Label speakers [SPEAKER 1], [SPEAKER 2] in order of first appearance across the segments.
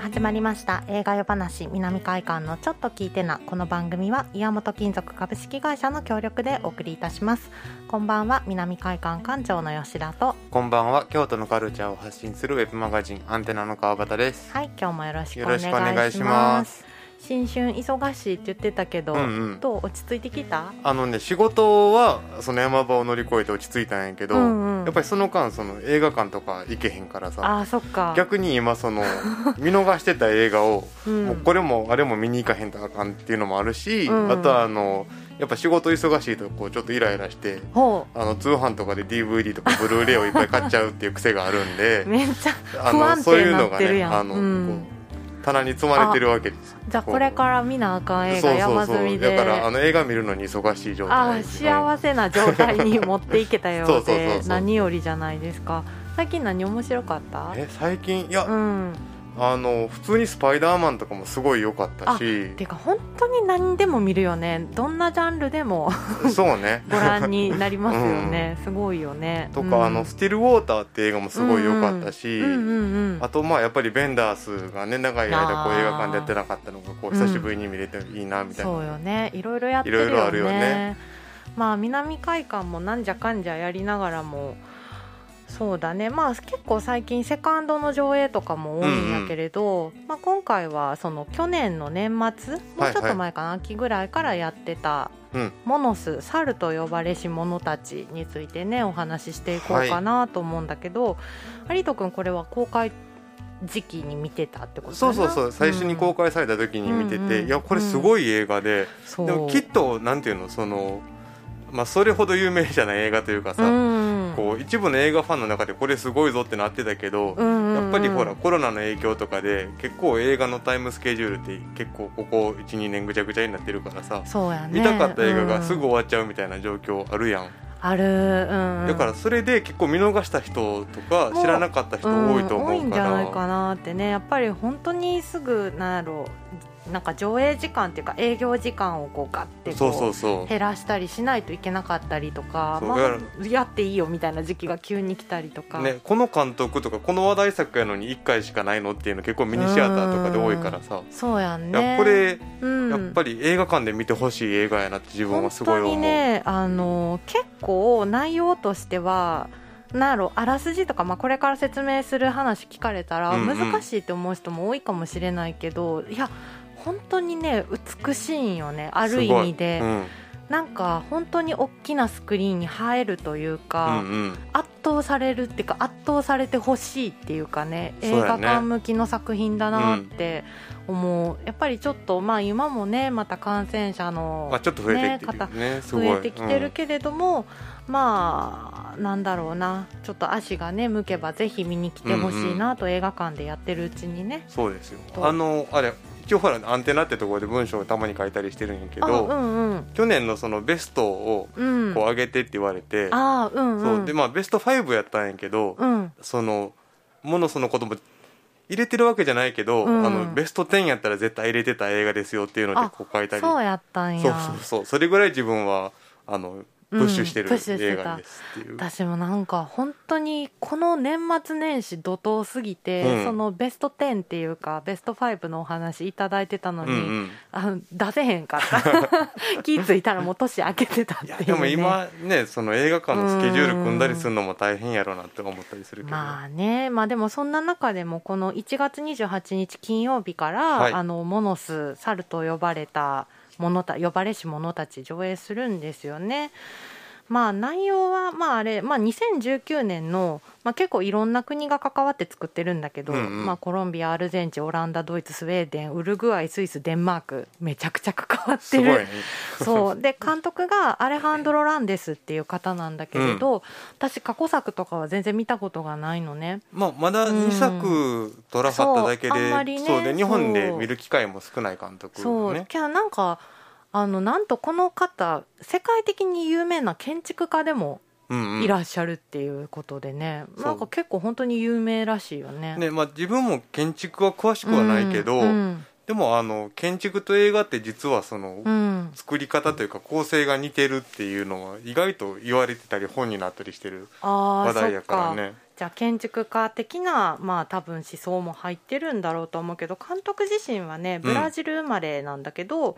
[SPEAKER 1] 始まりました映画夜話南海館のちょっと聞いてなこの番組は岩本金属株式会社の協力でお送りいたしますこんばんは南海館館長の吉田と
[SPEAKER 2] こんばんは京都のカルチャーを発信するウェブマガジンアンテナの川端です
[SPEAKER 1] はい今日もよろしく
[SPEAKER 2] よ
[SPEAKER 1] お願
[SPEAKER 2] ろ
[SPEAKER 1] い
[SPEAKER 2] し
[SPEAKER 1] し
[SPEAKER 2] くお願
[SPEAKER 1] ま
[SPEAKER 2] い
[SPEAKER 1] す
[SPEAKER 2] します
[SPEAKER 1] 新春忙しいって言ってたけど、
[SPEAKER 2] うんうん
[SPEAKER 1] どう落ち着いてきた
[SPEAKER 2] あのね仕事はその山場を乗り越えて落ち着いたんやけど、
[SPEAKER 1] うんうん
[SPEAKER 2] やっぱりその間その映画館とか行けへんからさ
[SPEAKER 1] あーそっか
[SPEAKER 2] 逆に今 その見逃してた映画を、
[SPEAKER 1] うん
[SPEAKER 2] もうこれもあれも見に行かへんとあかんっていうのもあるし、
[SPEAKER 1] うん
[SPEAKER 2] あとはあのやっぱ仕事忙しいとこうちょっとイライラして
[SPEAKER 1] ほ
[SPEAKER 2] あの通販とかで DVD とかブルーレイをいっぱい買っちゃうっていう癖があるんで
[SPEAKER 1] うめっちゃ
[SPEAKER 2] あ
[SPEAKER 1] 不安
[SPEAKER 2] の
[SPEAKER 1] 定
[SPEAKER 2] そういうの
[SPEAKER 1] な
[SPEAKER 2] が
[SPEAKER 1] ってる
[SPEAKER 2] ね
[SPEAKER 1] やん
[SPEAKER 2] あの、
[SPEAKER 1] うん
[SPEAKER 2] こう棚に積まれてるわけです
[SPEAKER 1] じゃあこれから見なあかん映画山積みで
[SPEAKER 2] だからあの映画見るのに忙しい状
[SPEAKER 1] あ
[SPEAKER 2] 態
[SPEAKER 1] ー幸せな状態に持っていけたよ
[SPEAKER 2] そう
[SPEAKER 1] う
[SPEAKER 2] そうそうそう
[SPEAKER 1] で何よりじゃないですか最近何面白かった
[SPEAKER 2] うんえ最近いや、
[SPEAKER 1] うん
[SPEAKER 2] あの普通に「スパイダーマン」とかもすごい良かったして
[SPEAKER 1] か本当に何でも見るよねどんなジャンルでも
[SPEAKER 2] そうね
[SPEAKER 1] ご覧になりますよね、すごいよね
[SPEAKER 2] とか、
[SPEAKER 1] うん
[SPEAKER 2] あの「スティルウォーター」って映画もすごい良かったし、
[SPEAKER 1] うんうんうん
[SPEAKER 2] あとまあやっぱりベンダースがね長い間こう
[SPEAKER 1] あー
[SPEAKER 2] 映画館でやってなかったのがこ
[SPEAKER 1] う
[SPEAKER 2] う
[SPEAKER 1] ん
[SPEAKER 2] 久しぶりに見れていいなみたいな、
[SPEAKER 1] そうよねいろいろやってるよね
[SPEAKER 2] いろいろあるよね
[SPEAKER 1] まあ南海館もなんじゃかんじゃやりながらもそうだねまあ結構最近セカンドの上映とかも多いんやけれど、まあ、今回はその去年の年末もうちょっと前かな、秋ぐらいからやってた
[SPEAKER 2] うん
[SPEAKER 1] モノス猿と呼ばれし者たちについてねお話ししていこうかなと思うんだけど、有人君これは公開時期に見てたってことだ
[SPEAKER 2] そう
[SPEAKER 1] な
[SPEAKER 2] そうそう最初に公開された時に見てて、
[SPEAKER 1] うんうん
[SPEAKER 2] いやこれすごい映画で、
[SPEAKER 1] そう
[SPEAKER 2] でもきっとなんていうのその、まあ、それほど有名じゃない映画というかさ、
[SPEAKER 1] うん
[SPEAKER 2] こう一部の映画ファンの中でこれすごいぞってなってたけど、や
[SPEAKER 1] や
[SPEAKER 2] っぱりほらコロナの影響とかで結構映画のタイムスケジュールって結構ここ12年ぐちゃぐちゃになってるからさ、
[SPEAKER 1] そうやね
[SPEAKER 2] 見たかった映画がすぐ
[SPEAKER 1] うん
[SPEAKER 2] 終わっちゃうみたいな状況あるやん、
[SPEAKER 1] ある、うん、
[SPEAKER 2] だからそれで結構見逃した人とか
[SPEAKER 1] もう
[SPEAKER 2] 知らなかった人
[SPEAKER 1] ん
[SPEAKER 2] 多いと思うから、
[SPEAKER 1] 多いんじゃないかなってねやっぱり本当にすぐなんやろうなんか上映時間っていうか営業時間をこうガッてこう
[SPEAKER 2] そうそうそう
[SPEAKER 1] 減らしたりしないといけなかったりとか
[SPEAKER 2] そう
[SPEAKER 1] ま
[SPEAKER 2] だか
[SPEAKER 1] あ、やっていいよみたいな時期が急に来たりとか、
[SPEAKER 2] ね、この監督とかこの話題作やのに1回しかないのっていうの結構ミニシアターとかで多いからさ、
[SPEAKER 1] そうやん
[SPEAKER 2] いや
[SPEAKER 1] ね
[SPEAKER 2] これ
[SPEAKER 1] うん、
[SPEAKER 2] やっぱり映画館で見てほしい映画やなって自分は
[SPEAKER 1] 本
[SPEAKER 2] すごい
[SPEAKER 1] 当
[SPEAKER 2] 思う。
[SPEAKER 1] にねあの結構内容としてはなんやろあらすじとか、まあ、これから説明する話聞かれたら
[SPEAKER 2] うんうん
[SPEAKER 1] 難しいと思う人も多いかもしれないけど、いや本当にね美しいんよねある意味で、
[SPEAKER 2] すごい
[SPEAKER 1] なんか本当に大きなスクリーンに映えるという
[SPEAKER 2] うん
[SPEAKER 1] か、
[SPEAKER 2] うんうん
[SPEAKER 1] 圧倒されるっていうか圧倒されてほしいっていうかね
[SPEAKER 2] そう
[SPEAKER 1] 映
[SPEAKER 2] やね
[SPEAKER 1] 画館向きの作品だなって思う、やっぱりちょっとまあ今もねまた感染者の
[SPEAKER 2] まあ、ちょっと増えてきてるよねすご
[SPEAKER 1] 増
[SPEAKER 2] い
[SPEAKER 1] えてきてる
[SPEAKER 2] うん
[SPEAKER 1] けれども、まあなんだろうなちょっと足がね向けばぜひ見に来てほしいなと映画館でやってるうちにね。
[SPEAKER 2] そうですよ
[SPEAKER 1] と
[SPEAKER 2] あのあれ一応ほらアンテナってところで文章をたまに書いたりしてるんやけ
[SPEAKER 1] あ
[SPEAKER 2] ど、
[SPEAKER 1] うん
[SPEAKER 2] 去年のそのベストを
[SPEAKER 1] うんうん
[SPEAKER 2] こう上げてって言われて、
[SPEAKER 1] あうんうん
[SPEAKER 2] そうでまあベスト5やったんやけど、
[SPEAKER 1] うん
[SPEAKER 2] そのものそのことも入れてるわけじゃないけど、
[SPEAKER 1] うん
[SPEAKER 2] あのベスト10やったら絶対入れてた映画ですよっていうので
[SPEAKER 1] あ
[SPEAKER 2] こう書いたり
[SPEAKER 1] そうやったんや
[SPEAKER 2] そうそうそうそれぐらい自分はあのプッシュしてる
[SPEAKER 1] うんプッシュして
[SPEAKER 2] 映
[SPEAKER 1] た
[SPEAKER 2] 画ですっていう、
[SPEAKER 1] 私もなんか本当にこの年末年始怒涛すぎて、
[SPEAKER 2] うん
[SPEAKER 1] そのベスト10っていうかベスト5のお話いただいてたのに、
[SPEAKER 2] うんうん、
[SPEAKER 1] あの出せへんかった 気付いたらもう年明けてたっ
[SPEAKER 2] い
[SPEAKER 1] ていう、
[SPEAKER 2] や
[SPEAKER 1] ね、
[SPEAKER 2] でも今ねその映画館のスケジュール組んだりするのも大変やろうなって思ったりするけど、
[SPEAKER 1] まあね、まあでもそんな中でもこの1月28日金曜日から、
[SPEAKER 2] はい
[SPEAKER 1] あのモノス猿と呼ばれた者た呼ばれし者たち上映するんですよね。まあ内容はまああれ、まあ、2019年の、まあ、結構いろんな国が関わって作ってるんだけど、
[SPEAKER 2] うんうん
[SPEAKER 1] まあ、コロンビアアルゼンチンオランダドイツスウェーデンウルグアイスイスデンマークめちゃくちゃ関わって
[SPEAKER 2] すご
[SPEAKER 1] る
[SPEAKER 2] いね
[SPEAKER 1] そうで監督がアレハンドロ・ランデスっていう方なんだけれど、私過去作とかは全然見たことがないのね
[SPEAKER 2] まあまだ2作撮らはっただけで、
[SPEAKER 1] そうあんまりね
[SPEAKER 2] そうで日本で
[SPEAKER 1] そう
[SPEAKER 2] 見る機会も少ない監督
[SPEAKER 1] そう、
[SPEAKER 2] ね
[SPEAKER 1] きゃなんかあのなんとこの方世界的に有名な建築家でも
[SPEAKER 2] うんうん
[SPEAKER 1] いらっしゃるっていうことでね、
[SPEAKER 2] そう
[SPEAKER 1] なんか結構本当に有名らしいよね
[SPEAKER 2] ねまあ、自分も建築は詳しくはないけど、
[SPEAKER 1] うんうん
[SPEAKER 2] でもあの建築と映画って実はその、
[SPEAKER 1] うん
[SPEAKER 2] 作り方というか構成が似てるっていうのは意外と言われてたり本になったりしてる
[SPEAKER 1] ああ
[SPEAKER 2] 話題やからね
[SPEAKER 1] じゃあ建築家的なまあ多分思想も入ってるんだろうと思うけど監督自身はねブラジル生まれなんだけど、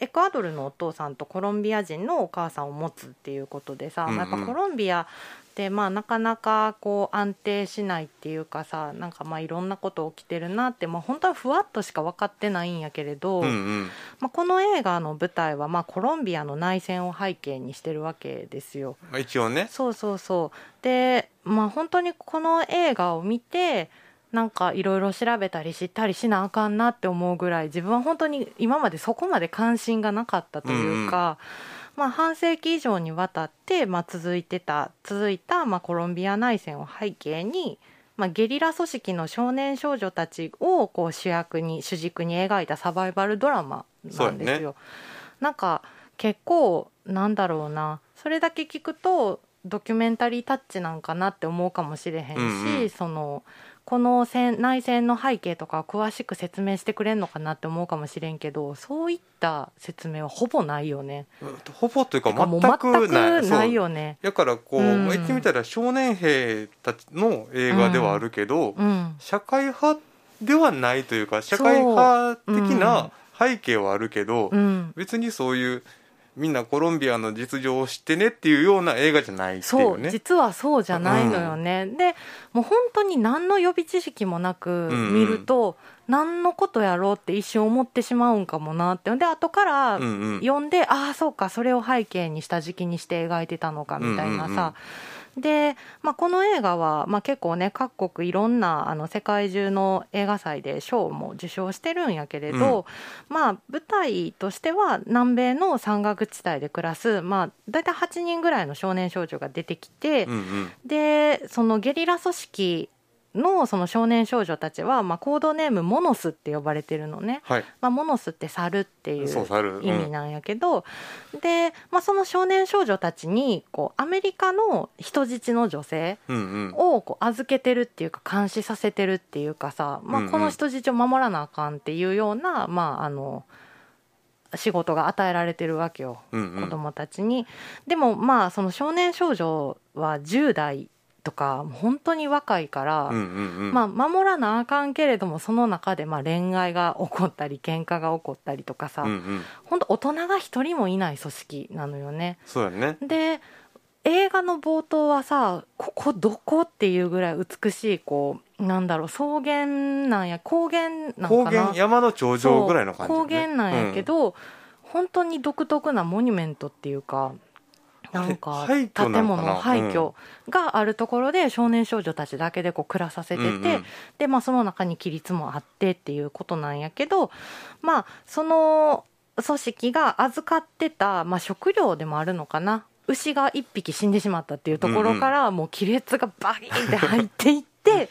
[SPEAKER 1] エクアドルのお父さんとコロンビア人のお母さんを持つっていうことでさ、
[SPEAKER 2] うんうん
[SPEAKER 1] やっぱコロンビアってまあなかなかこう安定しないっていうかさなんかまあいろんなこと起きてるなって、まあ、本当はふわっとしか分かってないんやけれど、
[SPEAKER 2] うんうん
[SPEAKER 1] まあ、この映画の舞台はまあコロンビアの内戦を背景にしてるわけですよ。
[SPEAKER 2] まあ、一応ね
[SPEAKER 1] そうそうそうでまあ本当にこの映画を見てなんかいろいろ調べたり知ったりしなあかんなって思うぐらい自分は本当に今までそこまで関心がなかったというか、まあ、半世紀以上にわたって、まあ、続いてた続いた、まあ、コロンビア内戦を背景に、まあ、ゲリラ組織の少年少女たちをこう主役に主軸に描いたサバイバルドラマなん
[SPEAKER 2] そう
[SPEAKER 1] で
[SPEAKER 2] や
[SPEAKER 1] す
[SPEAKER 2] ね
[SPEAKER 1] よ。なんか結構なんだろうなそれだけ聞くとドキュメンタリータッチなんかなって思うかもしれへんし、
[SPEAKER 2] うんうん
[SPEAKER 1] そのこの戦内戦の背景とかを詳しく説明してくれんのかなって思うかもしれんけどそういった説明はほぼないよね。
[SPEAKER 2] ほぼというか
[SPEAKER 1] てかも
[SPEAKER 2] 全
[SPEAKER 1] う全
[SPEAKER 2] く
[SPEAKER 1] く
[SPEAKER 2] ない
[SPEAKER 1] ない
[SPEAKER 2] そう
[SPEAKER 1] よね。
[SPEAKER 2] だからこう、
[SPEAKER 1] うん
[SPEAKER 2] まあ言ってみたら少年兵たちの映画ではあるけど、
[SPEAKER 1] うん、
[SPEAKER 2] 社会派ではないというか社会派的
[SPEAKER 1] うん
[SPEAKER 2] な背景はあるけど、
[SPEAKER 1] うん
[SPEAKER 2] 別にそういうみんなコロンビアの実情を知ってねっていうような映画じゃないってい
[SPEAKER 1] そうう
[SPEAKER 2] ね。
[SPEAKER 1] 実はそうじゃないのよね、でもう本当に何の予備知識もなく
[SPEAKER 2] うんうん
[SPEAKER 1] 見ると、何のことやろうって一瞬思ってしまうんかもなってで後から
[SPEAKER 2] うんうん
[SPEAKER 1] 読んで、ああそうかそれを背景に下敷きにして描いてたのかみたいな
[SPEAKER 2] うんうんうん
[SPEAKER 1] さ、で、まあ、この映画は、まあ、結構ね各国いろんなあの世界中の映画祭で賞も受賞してるんやけれど、まあ、舞台としては南米の山岳地帯で暮らす、まあ、大体8人ぐらいの少年少女が出てきて、
[SPEAKER 2] うんうん
[SPEAKER 1] でそのゲリラ組織のその少年少女たちは、まあ、コードネームモノスって呼ばれてるのね、
[SPEAKER 2] はい、
[SPEAKER 1] まあ、モノスって猿っていう
[SPEAKER 2] そうさる、うん
[SPEAKER 1] 意味なんやけど、で、まあ、その少年少女たちにこうアメリカの人質の女性
[SPEAKER 2] うんうん
[SPEAKER 1] をこう預けてるっていうか監視させてるっていうかさ、まあ
[SPEAKER 2] うんう、ん
[SPEAKER 1] この人質を守らなあかんっていうような、まあ、あの仕事が与えられてるわけよ
[SPEAKER 2] うんう
[SPEAKER 1] 子
[SPEAKER 2] ん
[SPEAKER 1] 供たちに、でもまあその少年少女は10代とか本当に若いから、
[SPEAKER 2] うんうんうん
[SPEAKER 1] まあ、守らなあかんけれどもその中でまあ恋愛が起こったり喧嘩が起こったりとかさ、
[SPEAKER 2] うんうん
[SPEAKER 1] 本当大人が一人もいない組織なのよね
[SPEAKER 2] そうやね。
[SPEAKER 1] で映画の冒頭はさここどこっていうぐらい美しいこうなんだろう草原なんや高原なんかな
[SPEAKER 2] 高原山の頂上ぐらいの感じ、ね、
[SPEAKER 1] そう高原なんやけど、本当に独特なモニュメントっていうかなんか
[SPEAKER 2] あれ廃墟
[SPEAKER 1] 建
[SPEAKER 2] なの
[SPEAKER 1] 物
[SPEAKER 2] か
[SPEAKER 1] の
[SPEAKER 2] な
[SPEAKER 1] 廃墟があるところで少年少女たちだけでこう暮らさせ
[SPEAKER 2] う
[SPEAKER 1] て
[SPEAKER 2] ん、
[SPEAKER 1] て、
[SPEAKER 2] うんうん
[SPEAKER 1] で、まあ、その中に規律もあってっていうことなんやけど、まあ、その組織が預かってた、まあ、食料でもあるのかな牛が1匹死んでしまったっていうところから、もう亀裂がバリンって入ってい って。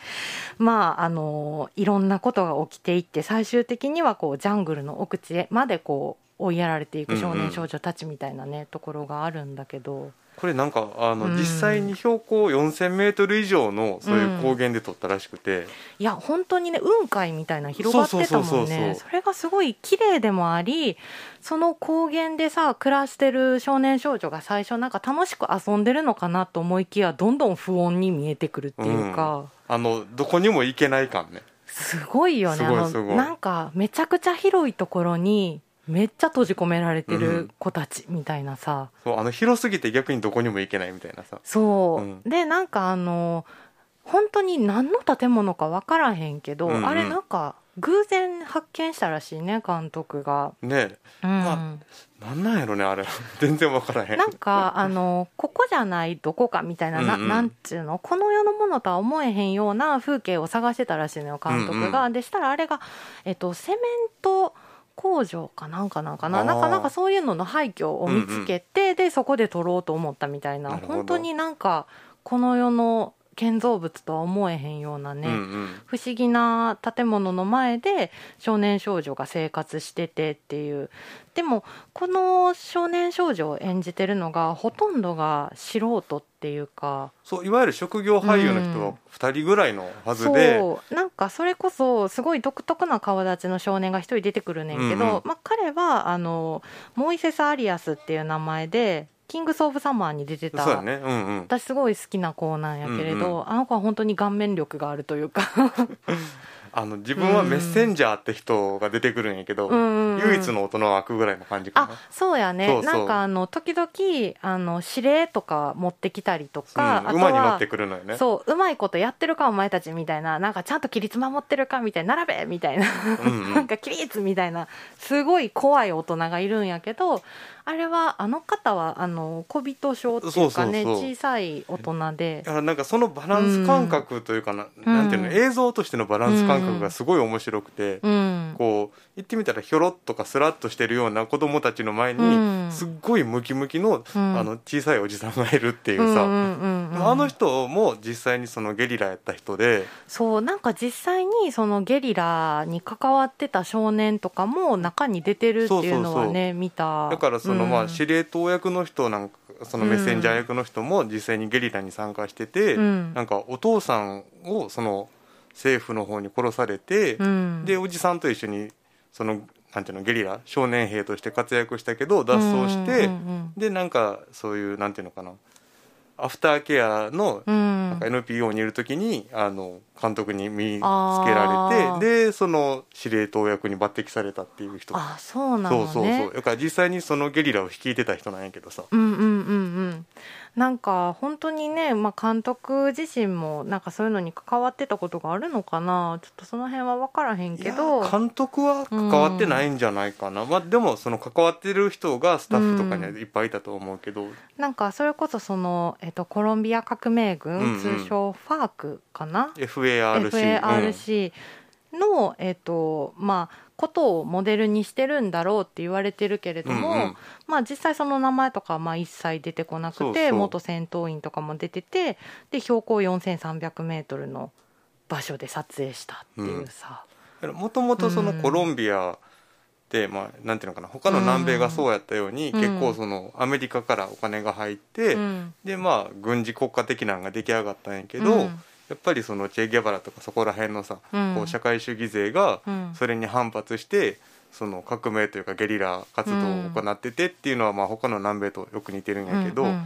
[SPEAKER 1] まああのいろんなことが起きていって最終的にはこうジャングルの奥地へまでこう追いやられていく少
[SPEAKER 2] うんうん
[SPEAKER 1] 年少女たちみたいなね、ところがあるんだけど
[SPEAKER 2] これなんかあの、
[SPEAKER 1] うん
[SPEAKER 2] 実際に標高4000メートル以上のそういう高原で撮ったらしくて、
[SPEAKER 1] いや本当にね雲海みたいな広がってた
[SPEAKER 2] そう
[SPEAKER 1] も
[SPEAKER 2] そうそ
[SPEAKER 1] ん
[SPEAKER 2] うそう
[SPEAKER 1] ねそれがすごい綺麗でもありその高原でさ暮らしてる少年少女が最初なんか楽しく遊んでるのかなと思いきやどんどん不穏に見えてくるっていうか、
[SPEAKER 2] あのどこにも行けない感ね。
[SPEAKER 1] すごいよ
[SPEAKER 2] す
[SPEAKER 1] ね
[SPEAKER 2] ご
[SPEAKER 1] あ
[SPEAKER 2] い
[SPEAKER 1] の
[SPEAKER 2] すごい
[SPEAKER 1] なんかめちゃくちゃ広いところにめっちゃ閉じ込められてる子たちみたいなさ、
[SPEAKER 2] そうあの広すぎて逆にどこにも行けないみたいなさ。
[SPEAKER 1] そう、
[SPEAKER 2] うん
[SPEAKER 1] でなんかあの本当に何の建物か分からへんけど、
[SPEAKER 2] うんうん
[SPEAKER 1] あれなんか偶然発見したらしいね監督が、
[SPEAKER 2] ねえ
[SPEAKER 1] うん
[SPEAKER 2] まなんなんやろねあれ 全然わからへん
[SPEAKER 1] なんかあのここじゃないどこかみたいなな,、
[SPEAKER 2] うんうん
[SPEAKER 1] なんちゅうのこの世のものとは思えへんような風景を探してたらしいのよ監督が、
[SPEAKER 2] うん
[SPEAKER 1] でしたらあれが、えっと、セメント工場かなんかなんか
[SPEAKER 2] あ
[SPEAKER 1] な
[SPEAKER 2] ー
[SPEAKER 1] なんかなんかそういうのの廃墟を見つけて、でそこで撮ろうと思ったみたいな
[SPEAKER 2] なるほど
[SPEAKER 1] 本当になんかこの世の建造物とは思えへんようなね、
[SPEAKER 2] うんうん
[SPEAKER 1] 不思議な建物の前で少年少女が生活しててっていうでもこの少年少女を演じてるのがほとんどが素人っていうか
[SPEAKER 2] そういわゆる職業俳優の人
[SPEAKER 1] う
[SPEAKER 2] は
[SPEAKER 1] ん
[SPEAKER 2] 2人ぐらいのはずで、
[SPEAKER 1] そうなんかそれこそすごい独特な顔立ちの少年が一人出てくるねんけど、
[SPEAKER 2] うんうん
[SPEAKER 1] まあ、彼はあのモイセス・アリアスっていう名前でキングス・オブ・サマーに出てた
[SPEAKER 2] そうだねうんうん
[SPEAKER 1] 私すごい好きな子なんやけれ
[SPEAKER 2] うん
[SPEAKER 1] ど、あの子は本当に顔面力があるというか
[SPEAKER 2] あの自分はメッセンジャーって人が出てくるんやけど、
[SPEAKER 1] うんうんうん
[SPEAKER 2] 唯一の大人は開くぐらいの感じか
[SPEAKER 1] あ
[SPEAKER 2] な
[SPEAKER 1] そうやね
[SPEAKER 2] そうそう
[SPEAKER 1] なんかあの時々あの指令とか持ってきたりとか、
[SPEAKER 2] う
[SPEAKER 1] あ
[SPEAKER 2] ん
[SPEAKER 1] と
[SPEAKER 2] 馬に乗
[SPEAKER 1] は
[SPEAKER 2] ってくるのよね
[SPEAKER 1] そううまいことやってるかお前たちみたいななんかちゃんと規律守ってるかみたいな並べみたいな、
[SPEAKER 2] うんうん
[SPEAKER 1] なんか規律みたいなすごい怖い大人がいるんやけどあれはあの方はあの小人症っていうかね
[SPEAKER 2] そうそうそ
[SPEAKER 1] 小
[SPEAKER 2] う
[SPEAKER 1] さい大人で
[SPEAKER 2] だからなんかそのバランス感覚というかな,、
[SPEAKER 1] ん
[SPEAKER 2] なんていうの映像としてのバランス感覚がすごい面白くて、
[SPEAKER 1] うん
[SPEAKER 2] こう言ってみたらひょろっとかスラッとしてるような子供たちの前に、
[SPEAKER 1] うん
[SPEAKER 2] すっごいムキムキの,、
[SPEAKER 1] うん
[SPEAKER 2] あの小さいおじさんがいるっていううん
[SPEAKER 1] う
[SPEAKER 2] さ、
[SPEAKER 1] んうんうん
[SPEAKER 2] あの人も実際にそのゲリラやった人で
[SPEAKER 1] そうなんか実際にそのゲリラに関わってた少年とかも中に出てるっていうのはね
[SPEAKER 2] そうそう
[SPEAKER 1] 見た
[SPEAKER 2] だからそのまあ司
[SPEAKER 1] り
[SPEAKER 2] 令塔役の人なんかそのメッセンジャー役の人も実際にゲリラに参加してて、
[SPEAKER 1] うん
[SPEAKER 2] なんかお父さんをその政府の方に殺されて、
[SPEAKER 1] うん
[SPEAKER 2] でおじさんと一緒にそのなんていうのゲリラ少年兵として活躍したけど脱走して、
[SPEAKER 1] うんうん
[SPEAKER 2] でなんかそういうなんていうのかなアフターケアの
[SPEAKER 1] うんうん
[SPEAKER 2] なんか NPO にいる時にあの監督に見つけ
[SPEAKER 1] あ
[SPEAKER 2] ら
[SPEAKER 1] ー
[SPEAKER 2] れてでその司令塔役に抜擢されたっていう人
[SPEAKER 1] あそうなの
[SPEAKER 2] そ
[SPEAKER 1] ね
[SPEAKER 2] うそうそうだから実際にそのゲリラを率いてた人なんやけどさ
[SPEAKER 1] うんうんうんうんなんか本当にね、まあ、監督自身もなんかそういうのに関わってたことがあるのかなちょっとその辺は分からへんけ
[SPEAKER 2] い
[SPEAKER 1] ど
[SPEAKER 2] や監督は関わってないんじゃないかな、まあでもその関わってる人がスタッフとかにはいっぱいいたと思うけど、
[SPEAKER 1] なんかそれこそその、えっと、コロンビア革命軍、
[SPEAKER 2] うんうん
[SPEAKER 1] 通称ファークかな
[SPEAKER 2] FARC, うん
[SPEAKER 1] FARC の、えっとまあ、ことをモデルにしてるんだろうって言われてるけれども、
[SPEAKER 2] うんうん
[SPEAKER 1] まあ、実際その名前とかはまあ一切出てこなくて
[SPEAKER 2] そうそう
[SPEAKER 1] 元戦闘員とかも出ててで標高4 3 0 0ルの場所で撮影したっていうさ、
[SPEAKER 2] もともとそのコロンビアで、まあ、なんていうのかな他の南米がそうやったように、
[SPEAKER 1] うん
[SPEAKER 2] 結構そのアメリカからお金が入って、
[SPEAKER 1] うん
[SPEAKER 2] でまあ軍事国家的なんが出来上がったんやけど、
[SPEAKER 1] うん
[SPEAKER 2] やっぱりそのチェ・ゲバラとかそこら辺のさ、
[SPEAKER 1] うん
[SPEAKER 2] こう社会主義勢が
[SPEAKER 1] うん
[SPEAKER 2] それに反発してその革命というかゲリラ活動を行っててっていうのはまあ他の南米とよく似てるんやけど、
[SPEAKER 1] うんうん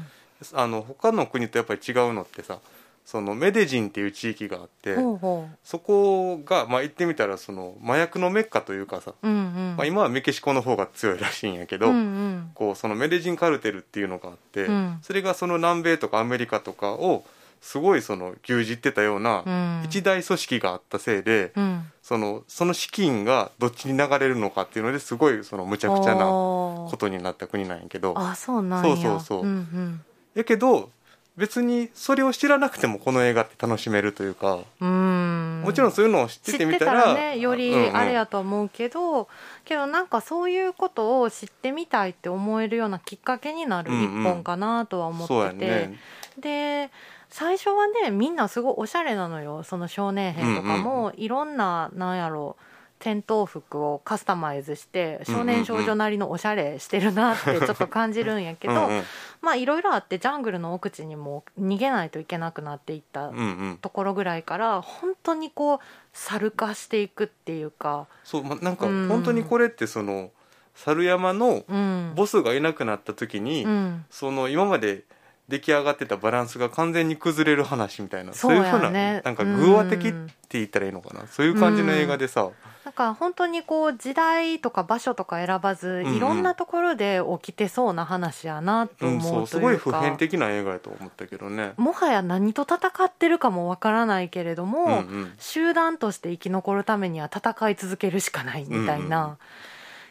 [SPEAKER 2] あの他の国とやっぱり違うのってさそのメデジンっていう地域があって。
[SPEAKER 1] ほうほ
[SPEAKER 2] そこが、まあ、言ってみたらその麻薬のメッカというかさ、
[SPEAKER 1] う、うんうん
[SPEAKER 2] まあ、今はメキシコの方が強いらしいんやけど、
[SPEAKER 1] うんうん
[SPEAKER 2] こうそのメデジンカルテルっていうのがあって、
[SPEAKER 1] うん
[SPEAKER 2] それがその南米とかアメリカとかをすごいその牛耳ってたよう
[SPEAKER 1] う
[SPEAKER 2] なん一大組織があったせいで、
[SPEAKER 1] うん
[SPEAKER 2] そのその資金がどっちに流れるのかっていうのですごいその無茶苦茶なことになった国なんやけど
[SPEAKER 1] あーあそうなんや
[SPEAKER 2] そうそうそう
[SPEAKER 1] うんうん
[SPEAKER 2] やけど別にそれを知らなくてもこの映画って楽しめるというか、
[SPEAKER 1] うん
[SPEAKER 2] もちろんそういうのを知
[SPEAKER 1] 知
[SPEAKER 2] っ
[SPEAKER 1] って
[SPEAKER 2] てみ
[SPEAKER 1] て
[SPEAKER 2] た
[SPEAKER 1] た
[SPEAKER 2] ら
[SPEAKER 1] らねより
[SPEAKER 2] うんうん
[SPEAKER 1] あれやとは思うけど、けどなんかそういうことを知ってみたいって思えるようなきっかけになる一本かなとは思ってて、
[SPEAKER 2] そうやね
[SPEAKER 1] で最初はねみんなすごいおしゃれなのよその少年兵とかも、いろんななんやろ戦闘服をカスタマイズして少年少女なりのおしゃれしてるなってちょっと感じるんやけど、
[SPEAKER 2] うんうん
[SPEAKER 1] まあいろいろあってジャングルの奥地にも逃げないといけなくなっていった
[SPEAKER 2] うんうん、
[SPEAKER 1] ところぐらいから本当にこう猿化していくっていうか、
[SPEAKER 2] そう、ま、なんか
[SPEAKER 1] うん
[SPEAKER 2] 本当にこれってその猿山の
[SPEAKER 1] うん、
[SPEAKER 2] ボスがいなくなった時に、
[SPEAKER 1] うん
[SPEAKER 2] その今まで出来上がってたバランスが完全に崩れる話みたいなそう,、いうふうな
[SPEAKER 1] そうやね
[SPEAKER 2] なんか偶話的
[SPEAKER 1] う
[SPEAKER 2] って
[SPEAKER 1] ん
[SPEAKER 2] 言ったらいいのかな、そういう感じの映画でさ、
[SPEAKER 1] なんか本当にこう時代とか場所とか選ばず、
[SPEAKER 2] うんうん
[SPEAKER 1] いろんなところで起きてそうな話やなと
[SPEAKER 2] うんそ
[SPEAKER 1] 思
[SPEAKER 2] う
[SPEAKER 1] う
[SPEAKER 2] す
[SPEAKER 1] と
[SPEAKER 2] ご
[SPEAKER 1] い
[SPEAKER 2] いう普
[SPEAKER 1] か、
[SPEAKER 2] 遍的な映画やと思ったけどね。
[SPEAKER 1] もはや何と戦ってるかもわからないけれども、
[SPEAKER 2] うんうん
[SPEAKER 1] 集団として生き残るためには戦い続けるしかないみたいな、
[SPEAKER 2] うんうん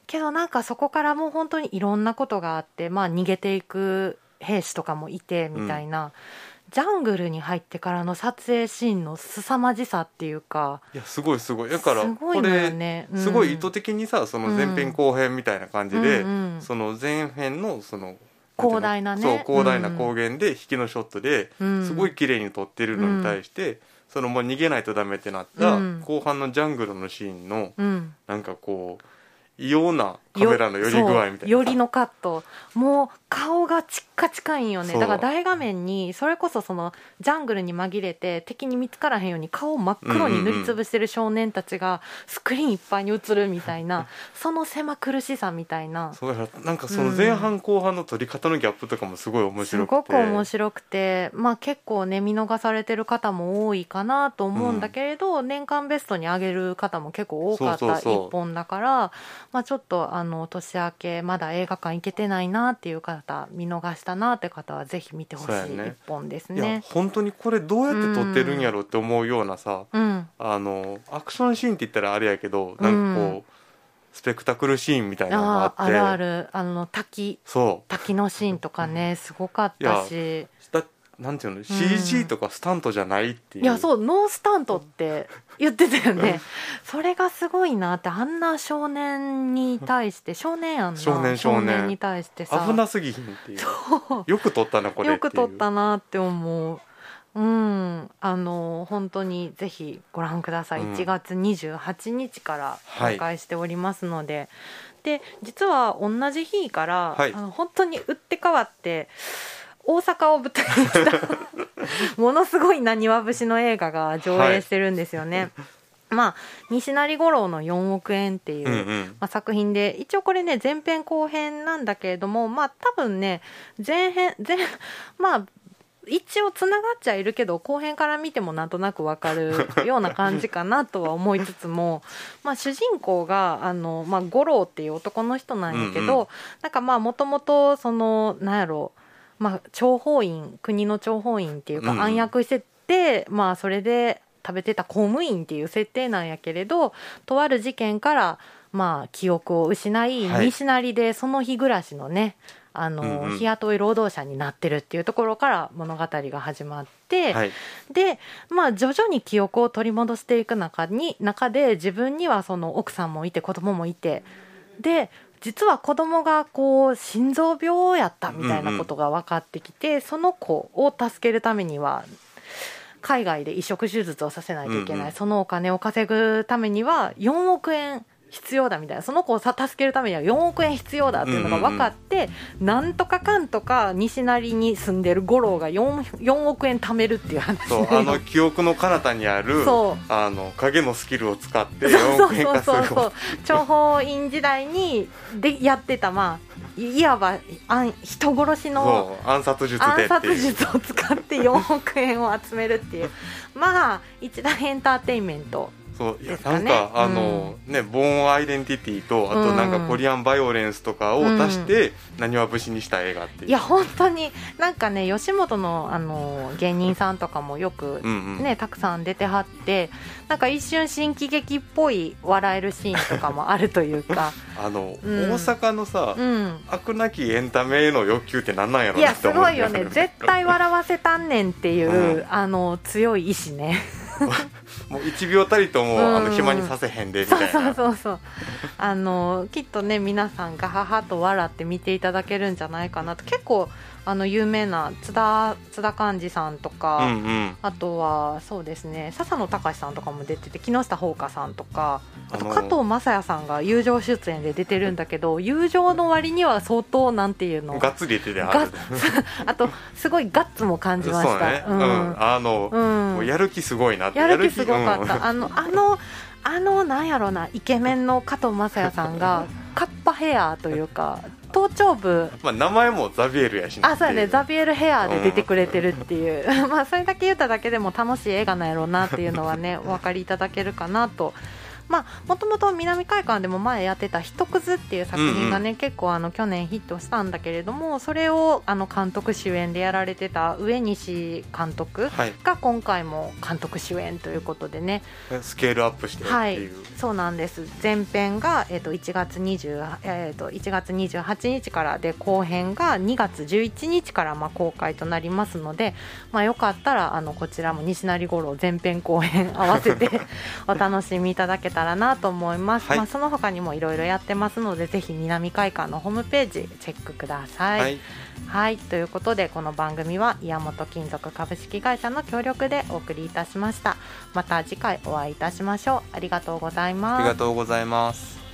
[SPEAKER 1] けどなんかそこからもう本当にいろんなことがあって、まあ、逃げていく兵士とかもいてみたいな、ジャングルに入ってからの撮影シーンの凄まじさっていうか
[SPEAKER 2] いやすごいすごいだから
[SPEAKER 1] すご
[SPEAKER 2] こ
[SPEAKER 1] いの
[SPEAKER 2] れ
[SPEAKER 1] よねうん
[SPEAKER 2] すごい意図的にさその前編後編みたいな感じで、
[SPEAKER 1] うんうん
[SPEAKER 2] その前編のその
[SPEAKER 1] 広大なね
[SPEAKER 2] そう広大な
[SPEAKER 1] うん
[SPEAKER 2] 高原で引きのショットで、
[SPEAKER 1] うん
[SPEAKER 2] すごい綺麗に撮ってるのに対して、そのもう逃げないとダメってなった、
[SPEAKER 1] うん
[SPEAKER 2] 後半のジャングルのシーンの
[SPEAKER 1] うん
[SPEAKER 2] なんかこう異様なカメラの寄り具合みたいな
[SPEAKER 1] よりのカットもう顔がチッカチカいんよね
[SPEAKER 2] そう
[SPEAKER 1] だから大画面にそれこそそのジャングルに紛れて敵に見つからへんように顔を真っ黒に塗りつぶしてる少年たちがスクリーンいっぱいに映るみたい なその狭苦しさみたいな
[SPEAKER 2] そうやなんかその前半後半の撮り方のギャップとかもすごい面
[SPEAKER 1] す
[SPEAKER 2] 白くて
[SPEAKER 1] ごく面白くて、まあ、結構ね見逃されてる方も多いかなと思うんだけれど、年間ベストに上げる方も結構多かっ
[SPEAKER 2] そうそ
[SPEAKER 1] た
[SPEAKER 2] うそう
[SPEAKER 1] 一本だからまあ、ちょっとあの年明けまだ映画館行けてないなっていう方見逃したなって方はぜひ見てほしい
[SPEAKER 2] そうやね
[SPEAKER 1] 一本です
[SPEAKER 2] いや
[SPEAKER 1] ね。
[SPEAKER 2] 本当にこれどうやって撮ってるんやろって思うようなさ、
[SPEAKER 1] うん、
[SPEAKER 2] あのアクションシーンって言ったらあれやけどなんかこう、
[SPEAKER 1] う
[SPEAKER 2] スペクタクルシーンみたいなのがあっ
[SPEAKER 1] あ
[SPEAKER 2] て
[SPEAKER 1] ああるあるあの滝
[SPEAKER 2] そ
[SPEAKER 1] 滝のシーンとかねすごかったし
[SPEAKER 2] うだなんていうの CG とかスタントじゃないっていう、
[SPEAKER 1] いやそうノースタントっ て言ってたよねそれがすごいなってあんな少年に対して少年やんな
[SPEAKER 2] 少年少年
[SPEAKER 1] に対してさ
[SPEAKER 2] 危なすぎひんっていうよく撮ったなこれ
[SPEAKER 1] よ
[SPEAKER 2] ってい
[SPEAKER 1] く
[SPEAKER 2] う
[SPEAKER 1] 撮ったなって思う。うん、あの本当にぜひご覧ください、
[SPEAKER 2] うん
[SPEAKER 1] 1月28日から
[SPEAKER 2] はい
[SPEAKER 1] 公開しておりますので、で実は同じ日から、
[SPEAKER 2] はい
[SPEAKER 1] あの本当に打って変わって大阪を舞台にした ものすごいなにわ節の映画が上映してるんですよね。まあ西成五郎の4億円っていう、
[SPEAKER 2] うんうん
[SPEAKER 1] まあ、作品で一応これね前編後編なんだけれどもまあ多分ね前編前 まあ一応つながっちゃいるけど後編から見てもなんとなくわか るような感じかなとは思いつつも、まあ、主人公があの、まあ、五郎っていう男の人なんやけど、
[SPEAKER 2] うんうん
[SPEAKER 1] なんかまあもともとそのなんやろう、まあ、諜報員国の諜報員っていうか
[SPEAKER 2] うんうん
[SPEAKER 1] 暗躍してて、まあそれで食べてた公務員っていう設定なんやけれどとある事件からまあ記憶を失い
[SPEAKER 2] はい
[SPEAKER 1] 西成でその日暮らしのねあの、
[SPEAKER 2] うんうん
[SPEAKER 1] 日雇い労働者になってるっていうところから物語が始まって、
[SPEAKER 2] はい
[SPEAKER 1] で、まあ、徐々に記憶を取り戻していく中に中で自分にはその奥さんもいて子供もいてで実は子供がこう心臓病やったみたいなことが分かってきて、その子を助けるためには海外で移植手術をさせないといけない、
[SPEAKER 2] うんうん
[SPEAKER 1] そのお金を稼ぐためには4億円必要だみたいなその子をさ助けるためには4億円必要だっていうのが分かって、なんとかかんとか西成に住んでる五郎が 4, 4億円貯めるっていう話
[SPEAKER 2] そう あの記憶の彼方にある
[SPEAKER 1] そう
[SPEAKER 2] あの影のスキルを使って
[SPEAKER 1] そう
[SPEAKER 2] 4変
[SPEAKER 1] そう
[SPEAKER 2] 化する
[SPEAKER 1] そうそう諜報員時代にでやってたまあいいわばあん人殺しの
[SPEAKER 2] そう暗殺術で
[SPEAKER 1] 暗
[SPEAKER 2] って
[SPEAKER 1] 殺
[SPEAKER 2] いう
[SPEAKER 1] 術を使って4億円を集めるっていうまあ一大エンターテインメント
[SPEAKER 2] そういや
[SPEAKER 1] です
[SPEAKER 2] な
[SPEAKER 1] か
[SPEAKER 2] ん
[SPEAKER 1] ね
[SPEAKER 2] かあの、ねボーンアイデンティティとあとなん
[SPEAKER 1] う
[SPEAKER 2] か
[SPEAKER 1] ん
[SPEAKER 2] コリアンバイオレンスとかを出してなにわ節にした映画っていう
[SPEAKER 1] いや本当になんかね吉本のあの芸人さんとかもよく
[SPEAKER 2] うんうん
[SPEAKER 1] ね、たくさん出てはってなんか一瞬新喜劇っぽい笑えるシーンとかもあるという か、
[SPEAKER 2] あの、
[SPEAKER 1] うん
[SPEAKER 2] 大阪のさ、
[SPEAKER 1] うん、
[SPEAKER 2] 悪なきエンタメへの欲求ってなんなんやろ
[SPEAKER 1] い
[SPEAKER 2] な
[SPEAKER 1] や
[SPEAKER 2] って
[SPEAKER 1] す
[SPEAKER 2] 思う
[SPEAKER 1] ごいよね絶対笑わせたんねんっていう、
[SPEAKER 2] うん
[SPEAKER 1] あの強い意志ね
[SPEAKER 2] もう1秒たりとも、あ
[SPEAKER 1] う
[SPEAKER 2] の
[SPEAKER 1] ん
[SPEAKER 2] 暇にさせへんでみ
[SPEAKER 1] そう
[SPEAKER 2] たいな
[SPEAKER 1] そうそうそうあのきっとね皆さんがははと笑って見ていただけるんじゃないかなと結構あの有名な津田津田寛治さんとか、
[SPEAKER 2] うんうん
[SPEAKER 1] あとはそうですね笹野隆さんとかも出てて木下ほうかさんとかあと
[SPEAKER 2] あの
[SPEAKER 1] 加藤雅也さんが友情出演で出てるんだけど友情の割には相当なんていうの
[SPEAKER 2] がっつり出てて
[SPEAKER 1] ガッ
[SPEAKER 2] ある
[SPEAKER 1] あとすごいガッツも感じまし
[SPEAKER 2] そう
[SPEAKER 1] た。
[SPEAKER 2] ね、うん、あの、
[SPEAKER 1] うん
[SPEAKER 2] もうやる気すごいなって
[SPEAKER 1] やる気すごかっ
[SPEAKER 2] うん
[SPEAKER 1] た、あのあのあのなんやろなイケメンの加藤雅也さん がカッパヘアというか頭頂部
[SPEAKER 2] まあ、名前もザビエルやしな
[SPEAKER 1] あそうやねザ
[SPEAKER 2] ビ
[SPEAKER 1] ビエルヘアで出てくれてるっていう、 まあそれだけ言っただけでも楽しい映画なんやろうなっていうのはねお分かりいただけるかなと。まあ、もともと南海館でも前やってた「ひとくず」っていう作品がね、結構あの去年ヒットしたんだけれどもそれをあの監督主演でやられてた上西監督
[SPEAKER 2] はい
[SPEAKER 1] が今回も監督主演ということでね
[SPEAKER 2] スケールアップしてって
[SPEAKER 1] はい
[SPEAKER 2] いう、
[SPEAKER 1] そうなんです前編が、えっと1月20、えっと1月28日からで後編が2月11日からまあ公開となりますので、まあ、よかったらあのこちらも西成五郎前編後編合わせ てお楽しみいただけたらなと思います、
[SPEAKER 2] はい
[SPEAKER 1] まあ、その他にもいろいろやってますのでぜひ南海館のホームページチェックください、
[SPEAKER 2] はい
[SPEAKER 1] はいということでこの番組は岩本金属株式会社の協力でお送りいたしましたまた次回お会いいたしましょうありがとうござい
[SPEAKER 2] あ
[SPEAKER 1] ま
[SPEAKER 2] り
[SPEAKER 1] す
[SPEAKER 2] がとうございます